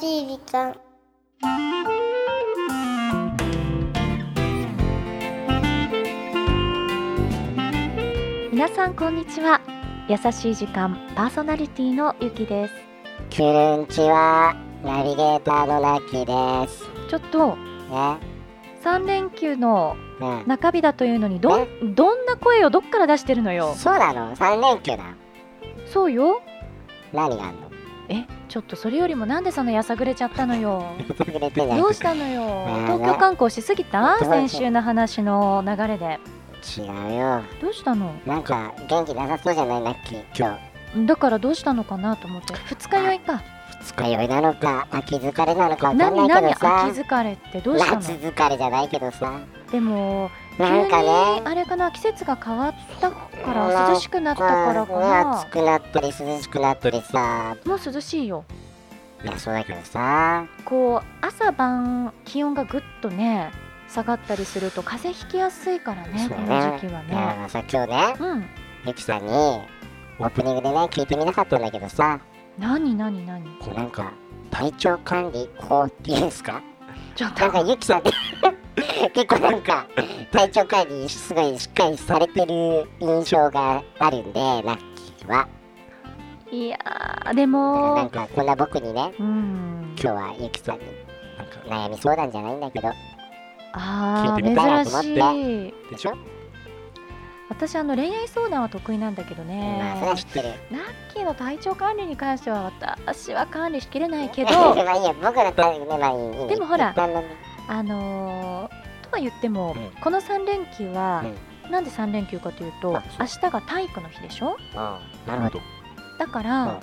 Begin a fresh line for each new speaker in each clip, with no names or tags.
しい時間
皆さんこんにちは優しい時間パーソナリティのゆきです
こんにちはナビゲーターのナッキーです
ちょっと
ね
3連休の
ね
中日だというのにど
え
んどんな声をどっから出してるのよ
そうなの三連休だ
そうよ
何があんの
えちょっとそれよりもなんでそのやさぐれちゃったのよ
くれてんじゃ
ど
な
う
い
したのよ
え
東京観光しすぎた
どうぞ
先週の話の流れで
違うよ
どうしたの
なんか元気なさそうじゃないナッキー今
だからどうしたのかなと思って二日酔いか
日二日酔いなのか秋疲れなのかわかん
何
ないけ
何
どさ
秋疲れってどうしたの
夏疲れじゃないけどさ
でも急
なん
に
かね
あれかな季節が変わったから涼しくなったからか
まあ
な
暑くなったり涼しくなったりさ
もう涼しいよ
いやそうだけどさ
こう朝晩気温がぐっとね下がったりすると風邪ひきやすいからね
そ
こ
うね
の時期はい
や
ね
まあさ今日ね
うん
ゆきさんにオープニングでね聞いてみなかったんだけどさ
何何何
こうなんか体調管理法っていうんですか
ちょっ
なん
と
かゆきさんって 結構なんか体調管理すごいしっかりされてる印象があるんでラッキーはい
やーで
な
も
んかこんな僕にね
うん
今日はゆきさんに
なんか
悩み相談じゃないんだけど
あ
聞いてみた
ー
いなと思
珍
って
しい
でしょ
私あの恋愛相談は得意なんだけど
まあそれは
ね
知ってる
ラッキーの体調管理に関しては私は管理しきれないけど
まあいいよ僕だったらねまあいいいいね
でもほら
一般のね
あのーとは言っても、
うん
この3連休は、なんで3連休かというと
あ
明日が体育の日でしょ
なるほど
だから、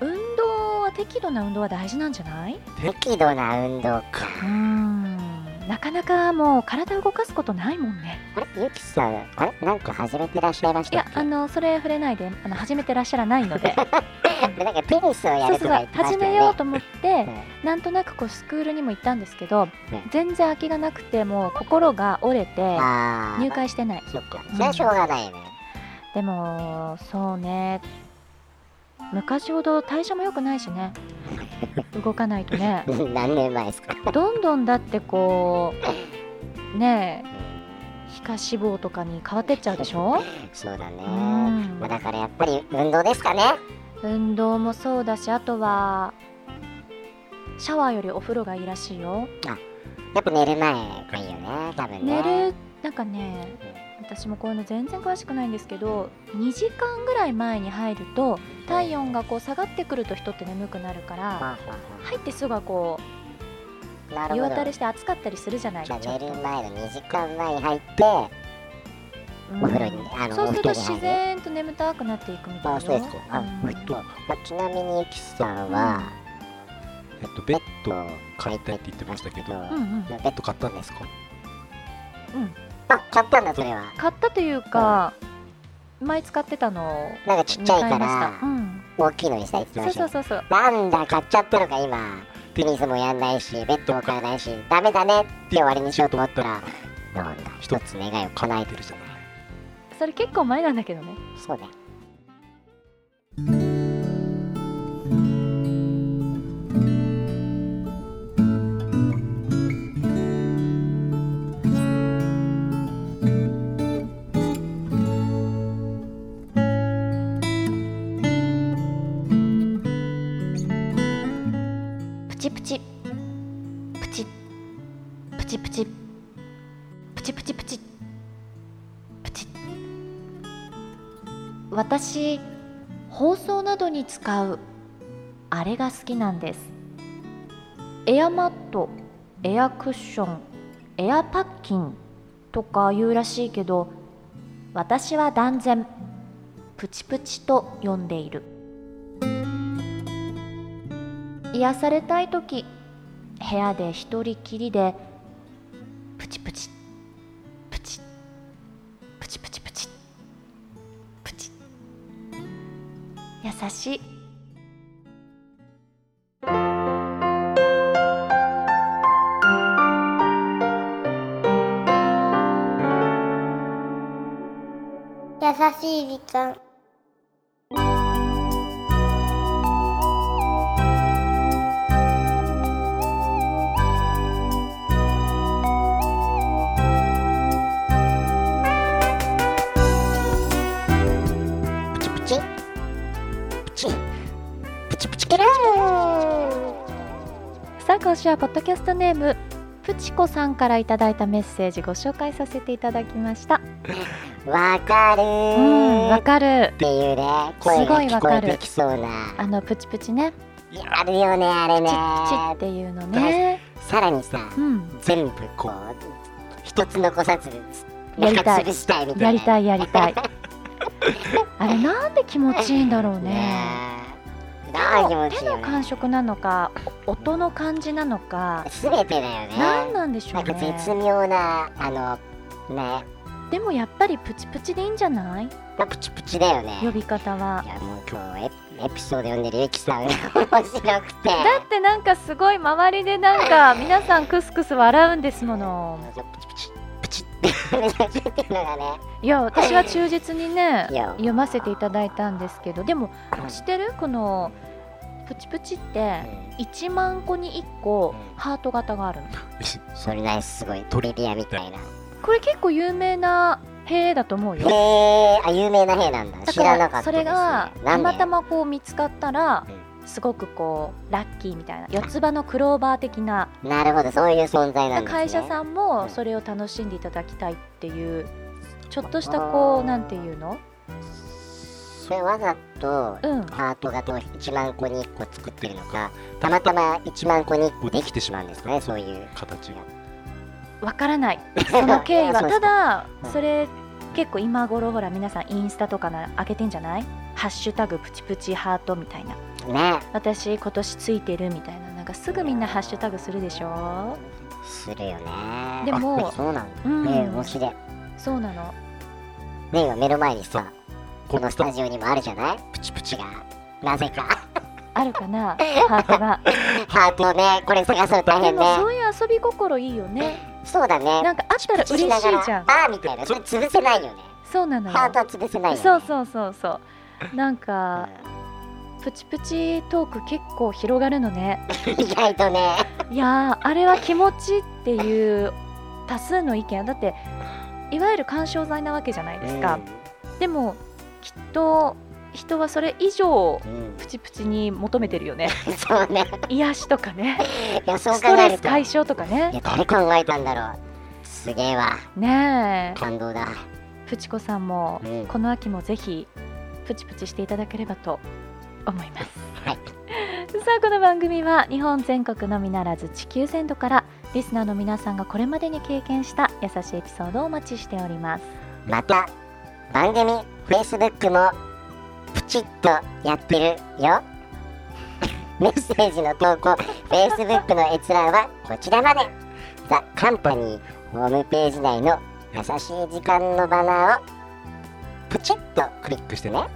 運動は適度な運動は大事なんじゃない
適度な運動か
うーんなかなかもう体動かすことないもんね
あれゆきさんあれなんか始めてらっしゃいまし
い
たっ
や
け
あのそれ触れないであの始めてらっしゃらないので
なんかテニスをや
そ
る
う
と
そう
か言ってま
始
した
めよ
よ
う
ね
と思って
うん
なんとなくこうスクールにも行ったんですけど
うん
全然空きがなくてもう心が折れて
あー
入会してない
そっかそれはしょうがないよね
でもそうね昔ほど代謝も良くないし ね動かないとね
何年前ですか
どんどんだってこうねえ皮下脂肪とかに変わってっちゃうでしょ
そうだね。
ん
まあだからやっぱり運動ですかね。
運動もそうだしあとはシャワーよりお風呂がいいらしいよ
やっぱ寝る前がいいよね、多分
寝
ね。
るなんかね私もこういうの全然詳しくないんですけど2時間ぐらい前に入ると体温がこう下がってくると人って眠くなるから
は
入ってすぐはこう
あはあなる
湯
ほ
渡
ど
り。して暑かったりするじゃない
じゃあ
ちょっ
寝
と
る前の2時間前に入って、お
うん
風呂に、あの、
そうす
お
る
布
と
団に入
自然と眠たくなっていくみたい
あ、
な
そうですか。あ、
うん
えっと、まあ、ちなみにゆきさんは、
えっとベッド
と
買いたいって言ってましたけど、
うん
うんうん
ベ
ベッ
ッ
ド買ったんですか？
ド、あ、買ったんだ、それは。
買ったというか前使ってたのを
なんかちっちゃいか
買ましたう
ら、
ん、
大きいのにしたいって言
そ
って
う
ました
そうそう
よ。
そう
なんだ、買っちゃったのか、今。テニスもやんないし、ベッドも買わないし、ダメだねって終わりにしようと思ったら、なんだ、一つ願いを叶えてるじゃない。
それ結構前なんだけどね
そうだよ。
プチプチプチプチプチプチプチプチプチ私包装などに使うあれが好きなんですエアマットエアクッションエアパッキンとか言うらしいけど私は断然プチプチと呼んでいる癒されたい時部屋で一人きりでプチプチプチプチプチプチプチ優しい
優しい時間
今週はポッドキャストネームプチコさんからいただいたメッセージご紹介させていただきました
わかる
う
ー
んわかる
っていうね声が聞こえてきそう
あ
な
のプチプチね
いやあるよねあれ
チッチッっ
ね
ていうのね
さらにさ
うん
全部こう一つ残さず
やりたい
中潰したいみたいな
やりた
い
いやり たいあれなんで気持ちいいんだろうね
なあ気持ちい
手
いよ
の
ね
感触なのかお音の感じなのか
すべてだよね
何なんでしょ
な
うん
か絶
ね
妙なあのね
でもやっぱりプチプチでいいんじゃない
まあプチプチだよね
呼び方はい
やもう今日エエピソード読んでるゆきさんが面白くて
だってなんかすごい周りでなんか皆さんクスクス笑うんですもの
プチプチプチってめちゃくちゃっていうのがね
いや私は忠実にね
いや
読ませていただいたんですけどでも知ってるこのプチプチって1万個に1個
うん
ハート型があるの
それがすごいトリビアみたいな
これ結構有名な塀だと思う
へ
よ
えあ有名な兵なんだ
だ
知
から
な
ら
かっ
そ
たで
れ
す、ね、
がた
なんで
またまこう見つかったらすごくこうラッキーみたいな四つ葉のクローバー的な
なるほどそういう存在なんです、ね、
会社さん
う
も
ん
それを楽しんでいただきたいっていうちょっとしたこ
あー
うなんていうの
それわざと
うん
ハート型を1万個に1個作ってるのかたまたま1万個に1個できてしまうんですかねそういう
形が
わからないその経緯は
そうで
た
すか
だ
うん
それ結構今頃ほら皆さんインスタとかな上げてんじゃないハッシュタグプチプチハートみたいな
ね
私今年ついてるみたいななんかすぐみんなハッシュタグするでしょ
するよね
でも
あそうなんだ、
う
ね
ん
え面白い
そうなの
ねえ今目の前にさこ
こ
の
の
スタジオにもあるじゃない
プチプチ
違うなぜか
あるかなハートが
ハートねこれ探すの大
で
変ね
もそういう遊び心いいよね
そうだね
なんかあったら嬉しいじゃん
ああーみたいなそれ潰せないよね
そうなのよ
ハートは潰せないよね
そう
う
そうそうそうなんかプチプチトーク結構広がるのね
ん意外とね
いやーあれは気持ちっていう多数の意見だっていわゆる緩衝材なわけじゃないですか、でもきっと人はそれ以上
うんうん
プチプチに求めてるよ ね
そうね
癒しとかね
いやそう
ス
考
ト
え
レ
る
ス
と
解消とか
い
ね
や誰考えたんだろうすげえわ
ねえ
感動だ
プチ子さんも
うん
この秋もぜひプチプチしていただければと思います、
はい
さあこの番組は日本全国のみならず地球全土からリスナーの皆さんがこれまでに経験した優しいエピソードをお待ちしております
また番組 Facebook もプチッとやってるよ メッセージの投稿 Facebook の閲覧はこちらまでザ・カンパニーホームページ内の優しい時間のバナーをプチッとクリックしてね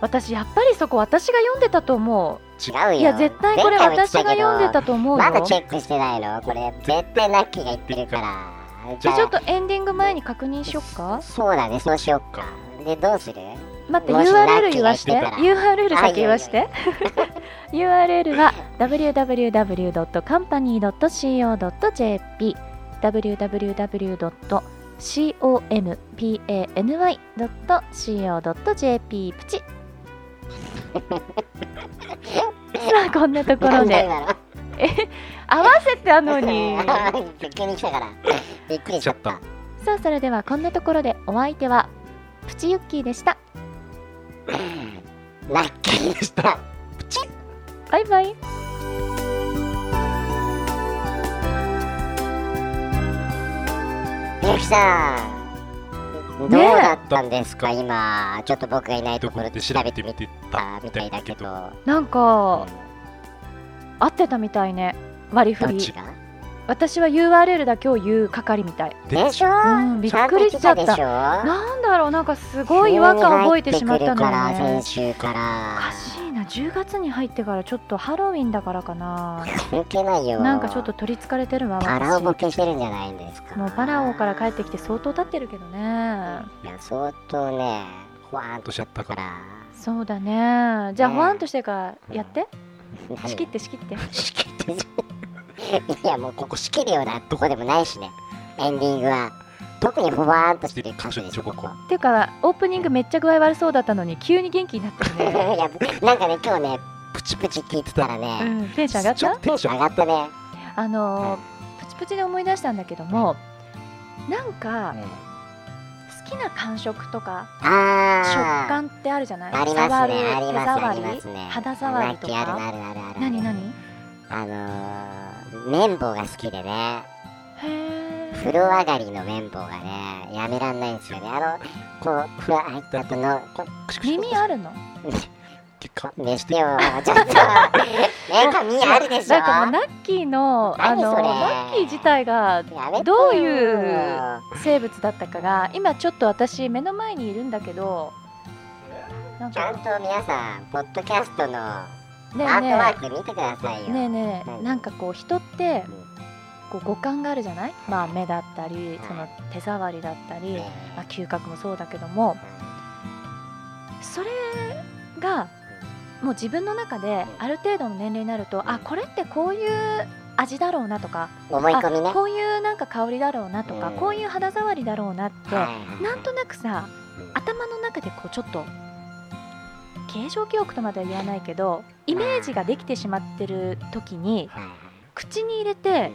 私やっぱりそこ私が読んでたと思
違うよ
ういや絶対これ
前回も言っ
私
てたけど
が読んでたと思うよ、
まだチェックしてないのこれ絶対ラッキーが言ってるから
じゃあちょっとエンディング前に確認しよっか
そうだねそうしよっかでどうする
待って
もしラ
URL
ッキ
言
ー
わ
が
し
しててたら
URL 先言わして URL は www.company.co.jp www.company.co.jp プ チさあこんなところで
なんだ今の
合わせたの に
急に来たからびっくりしちゃった
さあそれではこんなところでお相手はプチユッキーでした
ラッキーでした
バイバイ
ゆきさんどう
ねえ
だったんですか、今ちょっと僕がいない
と
と
こ
こ
ろ
ろ
で
で
調
調
べ
べて
てみ
み
てた
た
み
み
た
た
い
い
だ
だ
け
け
ど
ど
なんか合ってたみたいね割り振
どっ
り
ちが
私は URL だけを言う係みたい
でしょ、
うんびっくりしちゃった
んと来でしょ
なんだろうなんかすごい違和感覚えてしまったのよ
急に入っ
ね
てくるから先週か
お
ら
かしいな10月に入ってからちょっとハロウィンだからかな
関係ないよ
なんかちょっと取りつかれてるわ
パラオ
私
ボ
も
ケしてるんじゃないんですか
うパラオから帰ってきて相当経ってるけどね
いや相当ねほわーん
と
と
しちゃった
か
から
ら
そうだねじゃあ
ね
ほわんとしてからやって
何
仕切って仕切って
仕切ってる いやもうここ仕切るようなとこでもないしねエンディングは特にふわーんとしてる歌手でしょここ
っていうかオープニングめっちゃ具合悪そうだったのに急に元気になったよ
い
ね
やなんかね今日ねプチプチ聞いてたら
う
ね、
んテンション上がっ
ちょ
た
っとテンション
上がったね
あのープチプチで思い出したんだけども、なん
う
か
ん
好きな感触とか
あー
食感ってあるじゃない
あります
触り
ねあり
手
ます
触
あり
り
ますね
肌触りと
ラッキーあ
か
るあるあるある
何何
あのー、綿棒が好きでね
へえ
風呂上がりの綿棒がねやめらんないんですよねあのこう風呂入った後のこう
耳あるの
寝してよちょっとね髪あるでしょ
なんかもうラッキーのあ
何
の
それ
ラッキー自体が
やめてよ
どういう生物だったかが今ちょっと私目の前にいるんだけどなん
ちゃん
か
と皆さんポッドキャストのア
ねえ
ートワ
ね
ーク見てください
え
よ、
ねえね
う
え
ん
なんかこう人って
うん
こう五感があるじゃないまあ目だったり
はい
その手触りだったり、
ね
まあ、嗅覚もそうだけどもそれがもう自分の中である程度の年齢になるとあこれってこういう味だろうなとか
思い込みね
あこういうなんか香りだろうなとか、
うん
こういう肌触りだろうなって、
はい
なんとなくさ頭の中でこうちょっと形状記憶とまでは言わないけどイメージができてしまってる時に
はい
口に入れて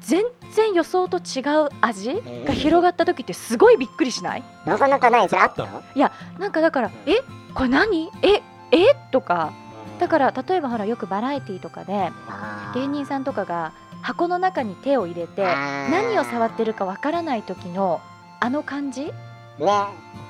全然予想と違う味
うん
が広がった時ってすごいびっくりしない
なかなかないそれあったの
なんかだから「えこれ何ええとかだから例えばほらよくバラエティーとかで
あー
芸人さんとかが箱の中に手を入れて
あー
何を触ってるかわからない時のあの感じ
ね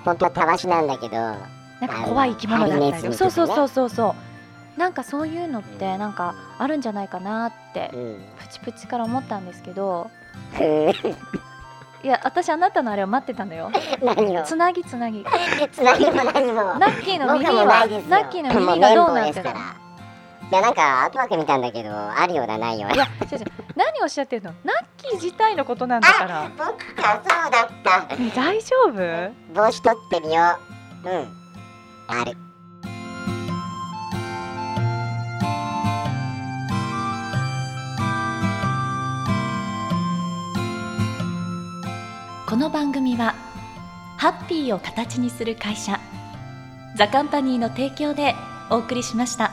本当はたわしなんだけど
なんか怖い生き物だった
あ
り
のハリネズミとかね
そうそうそうそうそうなんかそういうのってなんかあるんじゃないかなって
うん
プチプチから思ったんですけど
ふー
いや私あなたのあれを待ってたのよ
何を
つなぎつなぎ
つなぎも何も
ナッキーの耳
僕もな
はい
ですよ
ナッキーの耳がどうなっ
も綿棒で
て
すか
る
ら
の
いやなんか後枠見たんだけどあるようなないようない
や違う違う何をおっしゃってるのナッキー自体のことなんだから
僕かそうだった
ねえ大丈夫
帽子取ってみよううんある
この番組はハッピーを形にする会社ザカンパニーの提供でお送りしました。